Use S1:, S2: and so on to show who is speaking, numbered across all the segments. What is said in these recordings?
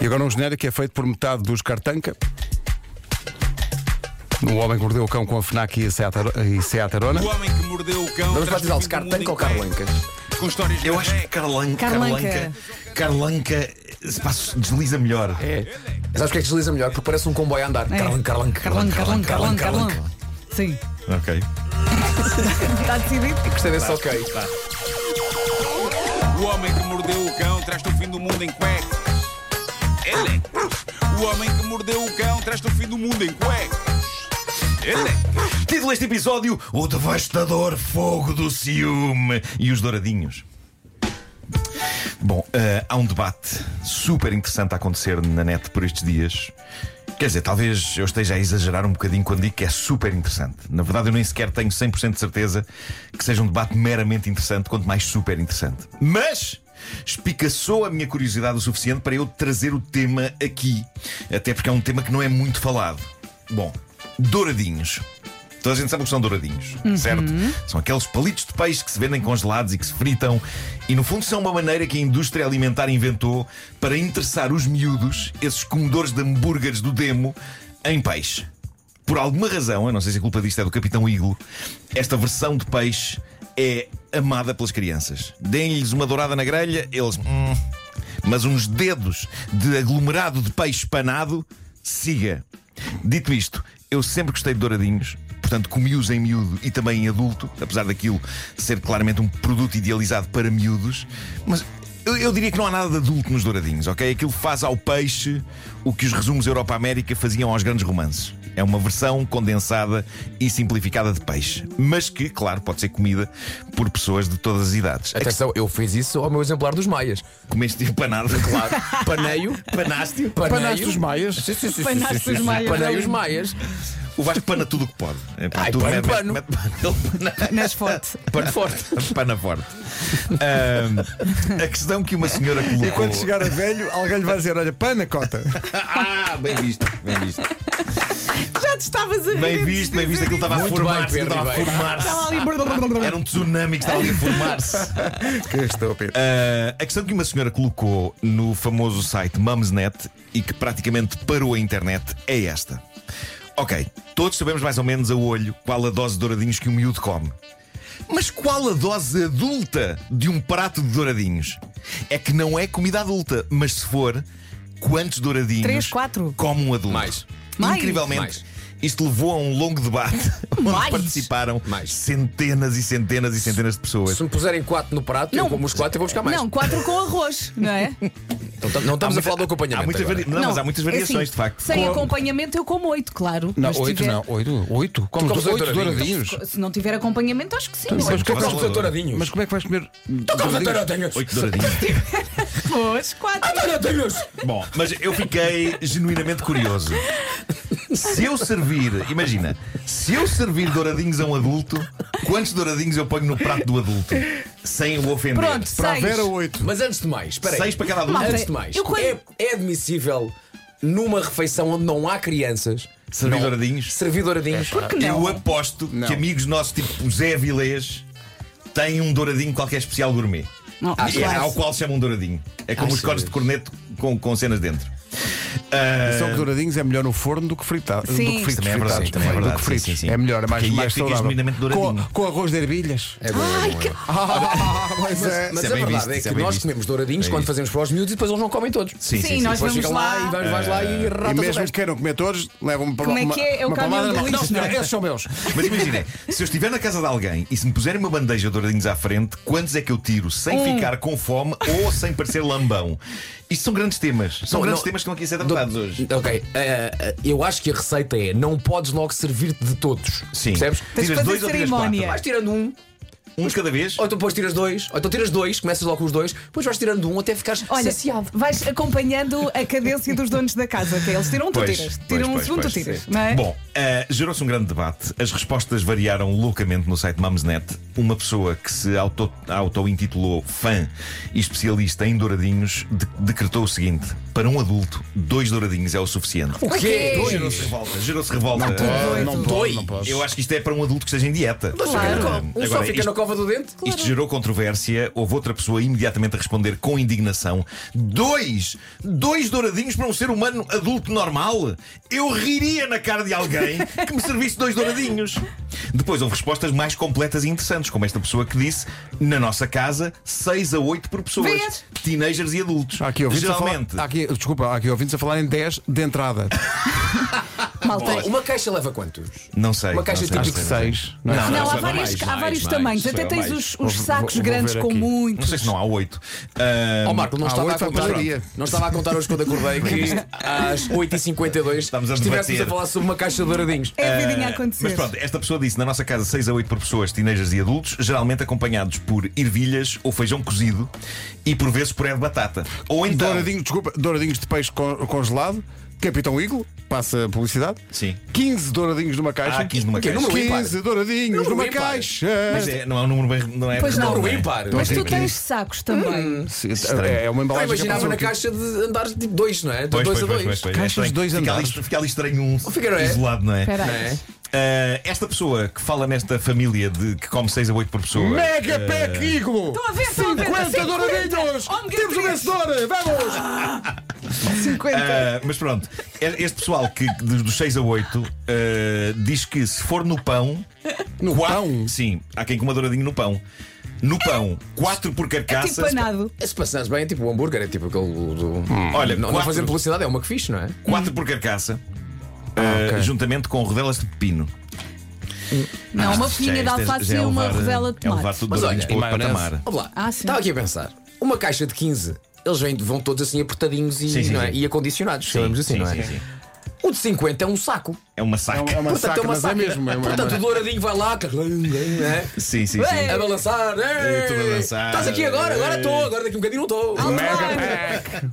S1: E agora um genérico que é feito por metade dos Cartanca. O Homem que Mordeu o Cão com a FNAC e a Seat Aro- e Seat Arona.
S2: O homem que mordeu o cão.
S3: Vamos batizá-los
S2: transformou
S3: Cartanca
S2: o
S3: ou
S2: mundo em
S3: Carlancas?
S2: pé, Com histórias
S4: Eu acho que
S2: verídicas.
S4: Carlanca.
S5: Carlanca.
S4: Carlanca. Carlanca se passa- desliza melhor.
S3: É. Sabes o que é que desliza melhor? Porque parece um comboio a andar.
S5: É.
S3: Carlão, carlão, carlão,
S5: Carlão,
S3: carlão,
S5: Carlão, Carlão, Carlão.
S3: carlão.
S5: Sim,
S4: Ok.
S5: está Tá decidido.
S3: Gostei desse ok.
S2: O homem que mordeu o cão traz-te o fim do mundo em cuecas. Ele. é. O homem que mordeu o cão traz-te o fim do mundo em cuecas. Ele.
S4: Título deste episódio: O Devastador Fogo do Ciúme e os Douradinhos. Bom, eh, há um debate super interessante a acontecer na net por estes dias. Quer dizer, talvez eu esteja a exagerar um bocadinho quando digo que é super interessante. Na verdade, eu nem sequer tenho 100% de certeza que seja um debate meramente interessante, quanto mais super interessante. Mas espicaçou a minha curiosidade o suficiente para eu trazer o tema aqui. Até porque é um tema que não é muito falado. Bom, douradinhos. Toda a gente sabe o que são douradinhos, certo? São aqueles palitos de peixe que se vendem congelados e que se fritam, e no fundo são uma maneira que a indústria alimentar inventou para interessar os miúdos, esses comedores de hambúrgueres do demo, em peixe. Por alguma razão, eu não sei se a culpa disto é do Capitão Iglo, esta versão de peixe é amada pelas crianças. Deem-lhes uma dourada na grelha, eles. "Hum." mas uns dedos de aglomerado de peixe panado, siga. Dito isto, eu sempre gostei de douradinhos, portanto comi-os em miúdo e também em adulto, apesar daquilo ser claramente um produto idealizado para miúdos, mas eu, eu diria que não há nada de adulto nos douradinhos, ok? Aquilo faz ao peixe o que os resumos Europa-América faziam aos grandes romances. É uma versão condensada e simplificada de peixe, mas que, claro, pode ser comida por pessoas de todas as idades. É
S3: Atenção, eu fiz isso ao meu exemplar dos Maias.
S4: Comeste empanado,
S3: Claro. Paneio.
S4: panaste-o.
S1: Panaste os Maias?
S3: Sim, sim, sim, sim,
S5: Panaste
S3: sim, sim,
S5: os
S3: sim.
S5: Maias,
S3: Paneio
S5: não.
S3: os Maias.
S4: O Vasco pana tudo o que pode. É, pá,
S3: Ai,
S4: tudo
S3: pano,
S4: mete-
S3: pano.
S4: mete- mete- Ele
S5: Nas fotos.
S4: pana forte. Pana forte. Ahm, a questão que uma senhora colocou.
S1: E quando chegar a velho, alguém lhe vai dizer: Olha, panacota.
S4: Ah, bem visto, bem visto.
S5: Já te estavas a rir.
S4: Bem visto, bem visto. Aquilo estava a
S3: Muito bem,
S4: formar-se. aquilo
S3: Pedro
S4: Estava a
S3: Ribeiro.
S4: formar-se.
S5: Estava Tá ali.
S4: Era um tsunami que estava ali a formar-se.
S1: que estúpido.
S4: Ah, a questão que uma senhora colocou no famoso site Mumsnet e que praticamente parou a internet é esta. Ok, todos sabemos mais ou menos a olho qual a dose de douradinhos que o miúdo come. Mas qual a dose adulta de um prato de douradinhos? É que não é comida adulta, mas se for, quantos douradinhos
S5: Três, quatro?
S4: come um adulto?
S6: Mais.
S5: Mais?
S4: Incrivelmente.
S6: Mais.
S4: Isto levou a um longo debate onde
S5: Mais?
S4: participaram
S6: Mais.
S4: centenas e centenas e centenas de pessoas.
S3: Se me puserem 4 no prato, eu
S5: Não.
S3: como os 4 e vou buscar mais.
S5: Não, quatro com arroz, não é?
S3: Então, tam- não
S4: Há
S3: estamos
S4: muita-
S3: a falar do
S4: há
S3: acompanhamento.
S4: muita
S3: agora.
S4: vari- Não, mas há muitas
S5: é assim,
S4: variações, de facto.
S5: Sem
S4: Com-
S5: acompanhamento, eu como oito, claro.
S1: Não,
S5: Mas
S1: oito
S5: tiver-
S1: não, oito. Oito? Como
S3: comes oito
S1: oito douradinhos?
S5: Se não tiver acompanhamento, acho que sim.
S1: Mas,
S4: Como
S1: como-
S4: se
S3: Os douradinhos.
S1: mas como é que vais comer?
S3: Os
S1: douradinhos?
S3: douradinhos.
S4: Oito douradinhos. Ah,
S5: Pois, quatro.
S3: Douradinhos.
S4: Bom, mas eu fiquei genuinamente curioso. Se eu servir, imagina, se eu servir douradinhos a um adulto, quantos douradinhos eu ponho no prato do adulto? Sem o ofender.
S5: Pronto,
S1: Para a
S5: seis.
S1: Vera, oito.
S3: Mas antes de mais, espera aí.
S4: Seis para cada adulto.
S5: Malta,
S3: Antes de mais,
S5: Eu quando-
S3: é, é admissível numa refeição onde não há crianças
S4: Servir
S3: não,
S4: douradinhos?
S3: Servir douradinhos.
S5: Porque
S4: Eu
S5: não?
S4: aposto
S1: Não.
S4: que amigos nossos, tipo o Zé Vilés, têm um douradinho qualquer especial gourmet.
S5: Não,
S4: é,
S5: claro.
S4: ao qual chamam douradinho. É como
S3: Ah,
S4: os cortes
S3: sim.
S4: de corneto com, com cenas dentro. Ah,
S1: Só que douradinhos é melhor no forno do que fritado.
S5: Sim.
S1: do que fritos,
S4: Também é verdade,
S1: fritados.
S4: também é
S1: Do
S4: verdade,
S1: que fritos.
S4: sim, sim, sim.
S1: É melhor, é mais,
S4: Que aí é
S1: mais
S4: que fica
S1: saudável.
S4: genuinamente douradinho.
S1: Com, com arroz de ervilhas.
S3: É bom, é bom, é bom.
S1: Ah, pois é.
S3: Mas
S4: Isso é
S3: a
S4: bem
S3: verdade
S4: visto,
S3: é
S4: isso
S3: que
S4: é bem
S3: nós
S4: visto.
S3: comemos douradinhos
S4: É
S3: quando
S4: isso.
S3: fazemos para os miúdos e depois eles não comem todos.
S4: Sim,
S5: Sim,
S4: sim,
S5: nós
S3: Depois
S5: vamos
S3: chega lá,
S5: lá.
S3: e vais, vais lá e
S1: E
S3: ratas
S1: mesmo
S3: o
S1: que queiram comer todos, levam para
S5: Como é
S1: uma,
S5: que é? É o
S1: uma
S5: caminhão
S1: palmada na
S5: do
S1: mão.
S5: lixo,
S1: Não,
S5: não é?
S1: Esses são meus.
S4: Mas imaginem, se eu estiver na casa de alguém e se me puserem uma bandeja de douradinhos à frente, quantos é que eu tiro sem
S5: Um.
S4: ficar com fome ou sem parecer lambão? Isto são grandes temas. São
S3: Não,
S4: grandes
S3: não.
S4: temas que estão aqui a ser
S3: Do-
S4: tratados hoje.
S3: Ok, eh, eh, eu acho que a receita é não podes logo servir-te de todos.
S4: Sim.
S3: Percebes?
S5: Tens de
S4: Tiras
S5: fazer
S4: dois ou tiras quatro?
S5: cerimónia.
S3: Vais tirando um,
S4: Um de cada vez?
S3: ou então depois tiras dois, ou então tiras dois, começas logo com os dois, depois vais tirando um até ficares
S5: Olha,
S3: saciado.
S5: vais acompanhando a cadência dos donos da casa, que eles tiram um, tu
S4: Pois,
S5: tiras.
S4: pois,
S5: Tiram um
S4: pois,
S5: segundo, tu
S4: pois.
S5: tiras. Não é?
S4: Bom, Uh, Gerou-se um grande debate. As respostas variaram loucamente no site Mamesnet. Uma pessoa que se auto- auto-intitulou fã e especialista em douradinhos de- decretou o seguinte: para um adulto, dois douradinhos é o suficiente.
S3: O quê?
S5: Ok.
S4: Gerou-se revolta. Gerou-se revolta. Uh,
S1: Pode, não pode, não posso.
S4: eu acho que isto é para um adulto que esteja em dieta.
S5: Claro.
S4: Uh,
S3: Um só
S4: agora,
S3: fica
S4: isto-
S3: na cova do dente?
S4: isto gerou controvérsia. Houve outra pessoa imediatamente a responder com indignação: Dois! Dois douradinhos para um ser humano adulto normal? Eu riria na cara de alguém que me servisse dois douradinhos. Depois houve respostas mais completas e interessantes, como esta pessoa que disse: Na nossa casa, seis a oito por pessoas,
S5: Vês?
S4: teenagers e adultos.
S1: Há aqui ouvintes a
S4: Geralmente.
S1: falar, há aqui, desculpa, há aqui ouvintes a falar em 10 de entrada.
S5: Malta.
S3: Uma caixa leva quantos?
S4: Não sei.
S3: Uma caixa
S4: não sei,
S1: Acho
S3: tipo
S1: que
S4: não sei,
S1: 6. Não, é?
S4: Não,
S5: Não, há,
S4: só
S5: várias-
S4: mais,
S5: há
S4: mais,
S5: vários
S4: mais,
S5: tamanhos.
S4: só
S5: Até tens
S4: mais.
S5: os, os
S1: Vou-
S5: sacos
S1: vou- vou
S5: grandes
S1: ver
S5: com
S1: aqui.
S5: muitos.
S4: Não sei se não há oito. Ah,
S3: Ó Oh, Marco, não
S1: há
S3: estava a
S1: oito à
S3: contar.
S1: padaria.
S3: Não estava a contar hoje quando acordei que às 8h52
S4: Estamos a
S3: estivéssemos
S4: debater.
S3: a falar sobre uma caixa de douradinhos.
S5: É a vidinha a
S4: Ah,
S5: acontecer.
S4: Mas pronto, esta pessoa disse: na nossa casa, 6 a 8 por pessoas, teenagers e adultos, geralmente acompanhados por ervilhas ou feijão cozido e por vezes puré de batata. Ou então.
S1: Douradinho, desculpa, douradinhos de peixe con- congelado, Capitão Iglo, passa a publicidade.
S4: Sim.
S1: 15 douradinhos numa caixa.
S4: Ah, 15 numa
S1: Que é
S4: caixa.
S1: número
S3: ímpar.
S1: 15 douradinhos
S3: Número
S1: numa
S3: ímpar.
S1: caixa.
S4: Mas é, não é um número bem. Não é
S5: Pois não.
S4: redondo,
S5: Então,
S3: Número
S4: é?
S3: ímpar.
S4: Não é
S5: Mas tu
S4: redondo.
S5: tens sacos também.
S1: Sim, É é uma
S3: Não,
S1: embalagem. que
S3: imaginava
S1: passa
S3: na
S1: o quê?
S3: caixa de andares tipo 2, não é? De
S4: Pois,
S3: 2
S4: pois,
S3: a
S4: pois,
S3: 2.
S4: pois,
S1: Caixas
S4: é
S1: de dois
S4: estranho. fica, ali,
S1: andares.
S4: fica ali estranho um
S3: Fica, não é?
S4: isolado, não é?
S5: Espera
S3: Não é?
S5: aí.
S4: Ah, esta pessoa que fala nesta família de que come 6 a 8 por pessoa.
S1: Mega Pack Iglo!
S5: Estão a ver, estão a ver.
S1: 50 douradinhos!
S5: Ômega
S1: Temos o
S5: três.
S1: vencedor! Vamos!
S5: 50.
S4: Ah, mas pronto, este pessoal que dos, dos 6 a 8 ah, diz que se for no pão.
S1: No
S4: qua-
S1: pão?
S4: Sim, há quem coma douradinho no pão. No pão, 4 por
S5: É
S4: carcaça.
S5: tipo panado.
S3: Se passares bem, é tipo o hambúrguer, é tipo aquele do.
S4: Olha,
S3: não, não
S4: quatro.
S3: fazendo publicidade, é uma que fixe, não é?
S4: 4 por carcaça. ah,
S1: ok.
S4: Juntamente com rodelas de pepino.
S5: Não, uma
S4: Isto
S5: folhinha de
S4: isto
S5: alface
S4: já é
S5: e uma
S4: levar-
S5: rodela de
S4: É levar
S5: tomate.
S4: tudo
S3: Mas
S4: douradinhos
S3: olha,
S4: para outro
S1: e maionese.
S4: patamar.
S3: Vamos lá.
S5: Ah, sim.
S3: Estava aqui a pensar. Uma caixa de 15, eles vêm, vão todos assim apertadinhos e,
S4: Sim, sim,
S3: não é?
S4: sim.
S3: e acondicionados,
S4: Sim,
S3: chamamos assim,
S4: sim,
S3: não é?
S4: sim, sim.
S3: O de 50 é um saco.
S4: É uma saca.
S1: É uma
S3: Portanto,
S1: saca,
S3: é uma
S1: mas é
S3: saca.
S1: mesmo. É uma,
S3: Portanto, o douradinho vai lá, né?
S4: Sim, sim, sim.
S3: a balançar.
S4: É, tudo a
S3: ei,
S4: balançar.
S3: Estás aqui agora, agora estou, agora daqui um bocadinho não estou.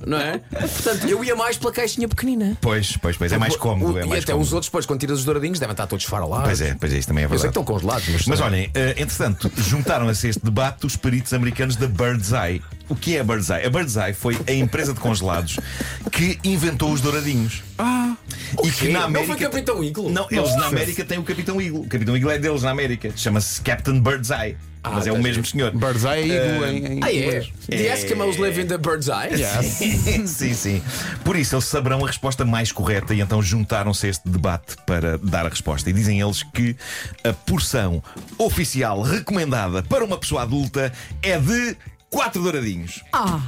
S3: Não é? Portanto, eu ia mais pela caixinha pequenina.
S4: Pois, pois, pois. É mais cómodo.
S3: O-
S4: É
S3: e
S4: mais
S3: até os
S4: cómodo.
S3: outros, depois, quando tiras os douradinhos, devem estar todos farolados.
S4: Pois é, pois é, isso também é
S3: Eu sei que
S4: verdade.
S3: estão congelados, mas. é?
S4: Mas olhem, eh, entretanto, juntaram-se a este debate os peritos americanos da Bird's Eye. O que é a Bird's Eye? A Bird's Eye foi a empresa de congelados que inventou os douradinhos. Ah! E
S3: quê? Não foi Capitão Iglo?
S4: Não, eles na América têm o Capitão Iglo. O Capitão Iglo é deles na América. Chama-se Captain Bird's Eye. mas é o
S3: tá
S4: mesmo senhor.
S1: Bird's Eye Iglo em- em
S3: Ah, é?
S1: inglês.
S3: The Eskimos live in the bird's eye.
S4: É. Ah, sim, sim. Por isso, eles saberão a resposta mais correta e então juntaram-se a este debate para dar a resposta. E dizem eles que a porção oficial recomendada para uma pessoa adulta é de 4 douradinhos.
S5: Ah,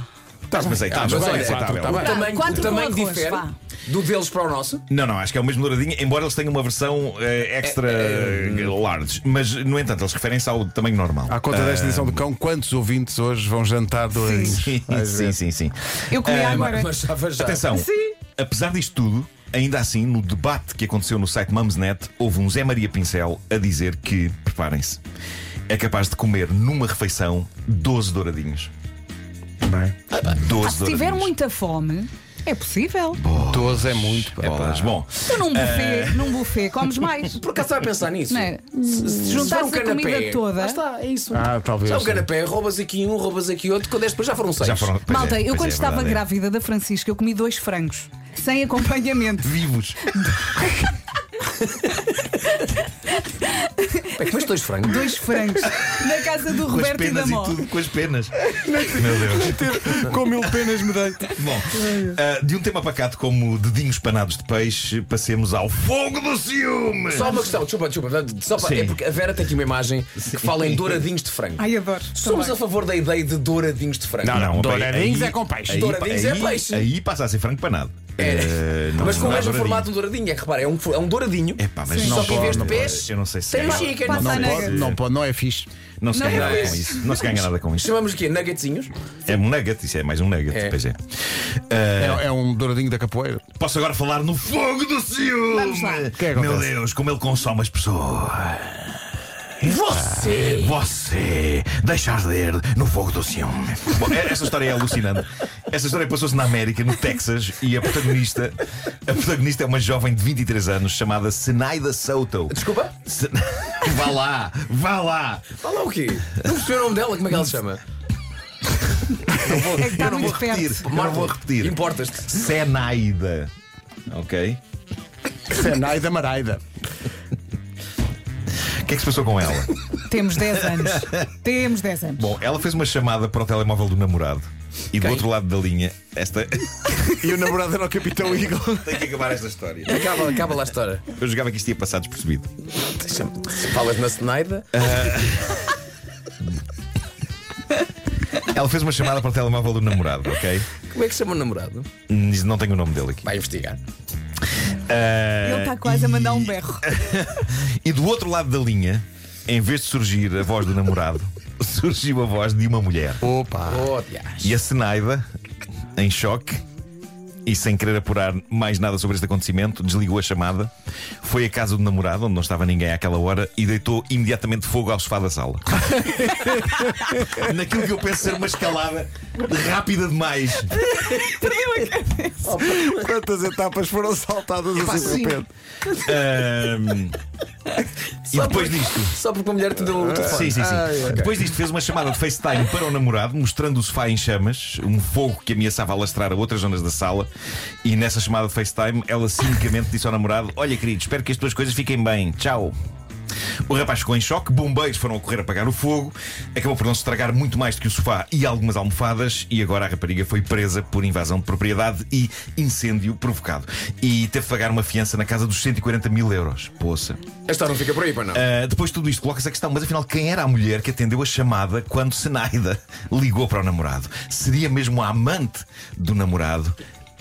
S4: Tá, mas aí, tá,
S3: Ah, mas
S4: mas
S3: olha,
S4: aí, aceitável.
S1: tá
S3: O
S1: bem.
S3: tamanho,
S5: quatro
S3: o tamanho
S5: com arroz,
S3: difere
S5: vá.
S3: do deles para o nosso.
S4: Não, não, acho que é o mesmo douradinho, embora eles tenham uma versão eh, extra eh, large. Mas, no entanto, eles referem-se ao tamanho normal.
S1: À conta desta edição do cão, quantos ouvintes hoje vão jantar douradinhos?
S4: Sim,
S1: é.
S4: sim, sim, sim.
S5: eu comi
S4: Ah,
S5: agora.
S3: Mas já, vai já.
S4: Atenção,
S5: Sim.
S4: apesar disto tudo, ainda assim, no debate que aconteceu no site Mamesnet, houve um Zé Maria Pincel a dizer que, preparem-se, é capaz de comer numa refeição 12 douradinhos. Bem, 12
S5: Ah, se tiver
S4: douradinhos.
S5: muita fome, é possível.
S1: 12 é muito. pá.
S4: Bolas. Bom,
S5: Tu num buffet, num buffet, comes mais.
S3: Por acaso estava a pensar nisso?
S5: Não é?
S3: Se- se juntar
S5: juntares a comida toda.
S3: Ah, um está, é isso.
S1: Ah, talvez.
S3: Já um
S1: sim.
S3: canapé, roubas aqui um, roubas aqui outro, quando és depois já foram seis.
S4: já foram. pois
S5: Malta,
S4: é,
S5: eu
S4: pois
S5: quando
S4: é,
S5: estava
S4: verdade, é.
S5: grávida da Francisca, eu comi dois frangos. Sem acompanhamento.
S4: é. Vivos.
S3: Bem, depois É, dois frangos.
S5: Dois frangos. Na casa do
S4: Com as
S5: Roberto e da
S4: penas
S5: Mó.
S4: e tudo, com as penas. Meu Deus.
S1: Com mil penas me dei.
S4: Bom, ah, de um tema pacato como dedinhos panados de peixe, passemos ao fogo do ciúme.
S3: Só uma questão, desculpa, desculpa. portanto, Só para,
S4: Sim.
S3: é porque a Vera tem aqui uma imagem que fala em douradinhos de frango.
S5: Ai, adoro.
S3: Somos
S5: Também.
S3: a favor da ideia de douradinhos de frango.
S1: Não, não.
S4: bem,
S1: Douradinhos é com peixe.
S4: aí-
S3: Douradinhos é
S4: aí-
S3: peixe.
S4: Aí passa a ser frango panado.
S3: É.
S4: Eh, não-
S3: Mas com
S4: não
S3: o
S4: é
S3: mesmo
S4: douradinho.
S3: formato do douradinho, é que repara, é um, é um douradinho.
S4: É pá, mas
S5: Sim.
S4: não
S3: Só que em
S4: pode,
S3: vez de
S4: não pode.
S3: peixe,
S4: Eu não sei se
S3: tem
S4: é-
S3: um chicken.
S5: Passa
S4: não,
S5: a
S4: não,
S5: nega.
S4: pode,
S1: Não, pode, não é fixe.
S4: não se
S5: Não
S4: ganha
S5: é
S4: nada com
S3: isso.
S4: isso. Não se ganha nada com isso.
S3: Chamamos o quê? Nuggetzinhos?
S4: É um nugget, isso é mais um nugget.
S3: É.
S4: Pois é.
S1: É, é um douradinho da capoeira.
S4: Posso agora falar no fogo do ciúme?
S5: Vamos lá. O
S1: que é que
S4: Meu
S1: acontece?
S4: Deus, como ele consome as pessoas. Você! Você! Deixa arder no fogo do ciúme. Bom, é- essa história é alucinante. Essa história passou-se na América, no Texas, e a protagonista, a protagonista é uma jovem de 23 anos chamada Senaida Soto.
S3: Desculpa?
S4: Se- Vá lá! Vá lá!
S3: Fala o quê? Não percebi o nome dela, como é que ela se chama?
S5: É que está
S4: Eu não vou
S5: muito
S4: repetir.
S5: perto.
S4: Eu não vou repetir.
S3: Importas-te.
S4: Senaida. Ok?
S1: Senaida é Maraida.
S4: O que é que se passou com ela?
S5: Temos 10 anos. Temos 10 anos.
S4: Bom, ela fez uma chamada para o telemóvel do namorado. E do
S3: Quem?
S4: outro lado da linha, esta.
S1: E o namorado era o Capitão Eagle.
S4: Tem que acabar esta história.
S3: Acaba, acaba lá a história.
S4: Eu jogava que isto ia passar despercebido.
S3: Falas na Senaida.
S4: Ela fez uma chamada para o telemóvel do namorado, ok?
S3: Como é que se chama o namorado?
S4: Hum, Não tenho o nome dele aqui.
S3: Vai investigar.
S4: Ah,
S5: Ele está quase a mandar um berro.
S4: E do outro lado da linha, em vez de surgir a voz do namorado, surgiu a voz de uma mulher. Ah.
S1: Opa.
S3: Oh, diacho.
S4: E a Senaida, em choque e sem querer apurar mais nada sobre este acontecimento, desligou a chamada, foi à casa do namorado, onde não estava ninguém àquela hora, e deitou imediatamente fogo ao sofá da sala. Naquilo que eu penso ser uma escalada rápida demais.
S1: Quantas etapas foram saltadas assim de repente?
S4: Ahm, E depois disto. Ah,
S3: Só porque a mulher te deu o telefone.
S4: Sim, sim, sim. Depois disto fez uma chamada de FaceTime para o namorado, mostrando o sofá em chamas, um fogo que ameaçava alastrar a outras zonas da sala. E nessa chamada de FaceTime, ela cinicamente disse ao namorado: Olha, querido, espero que as tuas coisas fiquem bem. Tchau. O rapaz ficou em choque, bombeiros foram a correr apagar o fogo, acabou por não se estragar muito mais do que o sofá e algumas almofadas, e agora a rapariga foi presa por invasão de propriedade e incêndio provocado. E teve de pagar uma fiança na casa dos 140 mil euros. Poça.
S3: A história não fica por aí, para não.
S4: Uh, depois de tudo isto coloca-se a questão, mas afinal, quem era a mulher que atendeu a chamada quando Senaida ligou para o namorado? Seria mesmo a amante do namorado?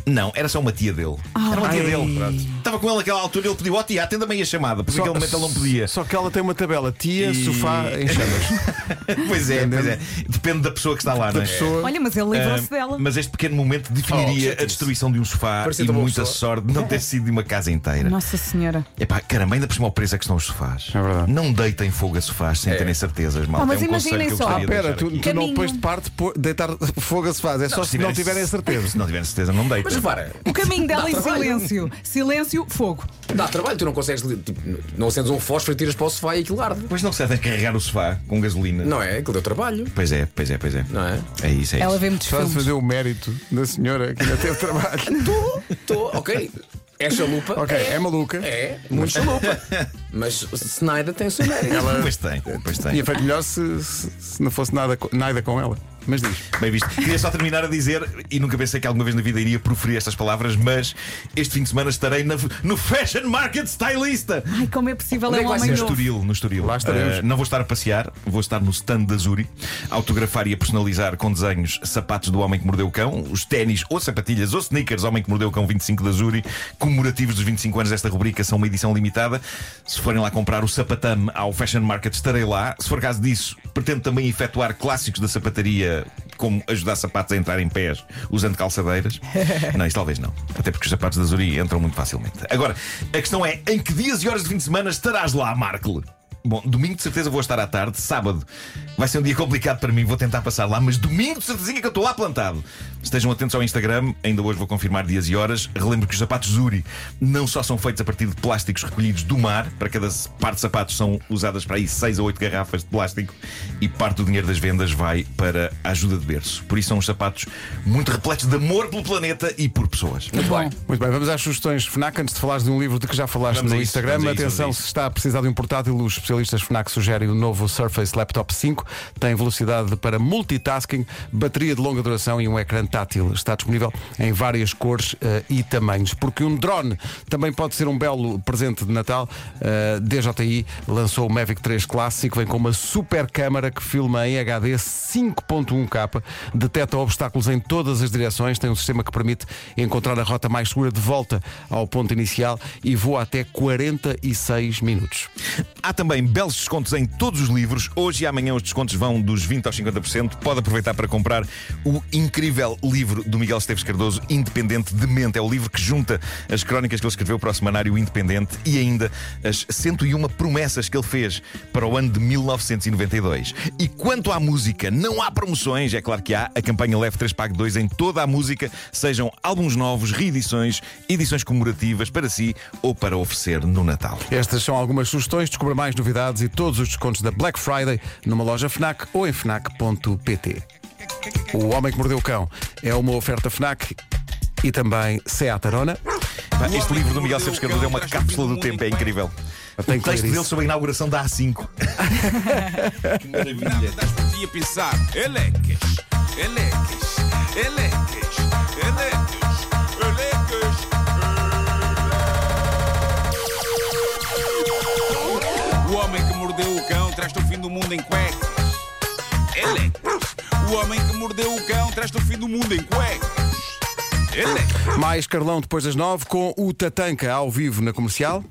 S4: Não, era só uma tia dele.
S1: Ah,
S4: era uma tia dele. Pronto. Estava com ele naquela altura, ele pediu, ó tia, atenda bem a chamada, porque naquele momento ele não podia.
S1: Só que ela tem uma tabela: tia,
S4: E-
S1: sofá em chamas.
S4: pois é, pois é. Depende da pessoa que está lá, não
S1: Da
S4: é?
S1: pessoa.
S5: Olha, mas ele
S4: Ah,
S5: livrou-se dela.
S4: mas este pequeno momento definiria
S3: chatice.
S4: a destruição de um sofá
S3: Oh, Parecia
S4: e
S3: tão boa
S4: muita
S3: pessoa.
S4: sorte de não
S1: É.
S4: ter sido de uma casa inteira.
S5: Nossa Senhora.
S4: Epá, caramba, ainda por cima ao preço é que estão os sofás.
S1: É verdade. É.
S4: Não deitem fogo a sofás sem terem certezas, mal.
S5: Ah, mas
S4: é um conselho
S5: imaginem
S4: que eu
S5: só.
S4: gostaria de
S1: Pera,
S4: deixar
S1: tu,
S4: aqui.
S1: tu não
S5: Caminho.
S1: pões de parte pô- deitar fogo a se faz. É só se não tiverem certeza.
S4: Se não tiverem certeza, não deitem.
S3: Mas repara,
S5: O caminho dela
S3: Dá
S5: é
S3: trabalho.
S5: silêncio. Silêncio, fogo.
S3: dá trabalho, tu não consegues. li- Tipo, não acendes um fósforo e tiras para o sofá e aquilo arde.
S4: Pois não se deve carregar o sofá com gasolina.
S3: Não é? Aquilo deu trabalho.
S4: Pois é, pois é, pois é.
S3: Não é?
S4: É isso, é
S5: Ela
S4: isso.
S5: vê muitos
S1: Estás a
S5: filmes.
S1: fazer o mérito da senhora que ainda teve trabalho.
S3: Estou, estou, ok. É chalupa.
S1: ok, é maluca.
S3: É, muito chalupa. Mas Snyder tem o seu mérito.
S4: Pois tem, pois tem.
S1: Tinha feito melhor se, se- se não fosse nada, co- nada com ela. Mas diz.
S4: Bem visto. Queria só terminar a dizer, e nunca pensei que alguma vez na vida iria proferir estas palavras, mas este fim de semana estarei na- no Fashion Market Stylista.
S5: Ai, como é possível?
S3: Onde é
S5: É um
S3: que vai
S5: homem
S4: No
S3: ser?
S5: novo.
S4: Estoril, no Estoril.
S1: Lá estaremos.
S4: Ah, não vou estar a passear, vou estar no stand da Zuri, a autografar e a personalizar com desenhos sapatos do Homem que Mordeu o Cão, os ténis ou sapatilhas ou sneakers Homem que Mordeu o Cão 25 da Zuri, comemorativos dos 25 anos desta rubrica, são uma edição limitada. Se forem lá comprar o sapatame ao Fashion Market, estarei lá. Se for caso disso, pretendo também efetuar clássicos da sapataria, como ajudar sapatos a entrar em pés usando calçadeiras. não, isso talvez não. Até porque os sapatos da Zuri entram muito facilmente. Agora, a questão é: em que dias e horas de fim de semana estarás lá, Markle? Bom, domingo de certeza vou estar à tarde, sábado. Vai ser um dia complicado para mim, vou tentar passar lá, mas domingo de certeza que eu estou lá plantado. Estejam atentos ao Instagram, ainda hoje vou confirmar dias e horas. Relembro que os sapatos Zuri não só são feitos a partir de plásticos recolhidos do mar, para cada par de sapatos são usadas para aí 6 a 8 garrafas de plástico e parte do dinheiro das vendas vai para a ajuda de berço. Por isso são uns sapatos muito repletos de amor pelo planeta e por pessoas.
S3: Muito bem.
S1: Muito bem, vamos às sugestões FNAC. Antes de falares de um livro de que já falaste
S4: Vamos a
S1: no
S4: isso,
S1: Instagram,
S4: vamos a isso,
S1: atenção,
S4: vamos a isso.
S1: se está a precisar de um portátil, os especialistas FNAC sugerem o novo Surface Laptop 5. Tem velocidade para multitasking, bateria de longa duração e um ecrã tátil. Está disponível em várias cores eh, e tamanhos. Porque um drone também pode ser um belo presente de Natal. Eh, DJI lançou o Mavic 3 Clássico, vem com uma super câmara que filma em HD 5.1K, detecta obstáculos em todas as direções, tem um sistema que permite encontrar a rota mais segura de volta ao ponto inicial e voa até 46 minutos.
S4: Há também belos descontos em todos os livros. Hoje e amanhã os descontos vão dos 20% aos 50%. Pode aproveitar para comprar o incrível livro do Miguel Esteves Cardoso, Independente de Mente. É o livro que junta as crónicas que ele escreveu para o semanário Independente e ainda as 101 promessas que ele fez para o ano de 1992. E quanto à música, não há promoções, é claro que há. A campanha Leve 3 Pague 2 em toda a música, sejam álbuns novos, reedições, edições comemorativas para si ou para oferecer no Natal.
S1: Estas são algumas sugestões. Descubra mais novidades e todos os descontos da Black Friday numa loja Fnac ou em fnac.pt. O Homem que Mordeu o Cão é uma oferta Fnac e também Seat Arona.
S4: Pá, Este livro do Miguel Esteves Cardoso é uma cápsula do tempo, é incrível.
S1: Eu
S4: O
S1: tenho que ler
S4: texto dele
S1: isso.
S4: sobre a inauguração da A5. que
S2: Nada
S4: maravilha.
S2: das por ti a pensar. Elecas, elecas, elecas, elecas, elecas. O homem que mordeu o cão traz-te o fim do mundo em cuecas. Elecas. O homem que mordeu o cão traz-te o fim do mundo em cuecas. é. Elecas.
S1: Mais Carlão depois das nove com o Tatanca ao vivo na comercial.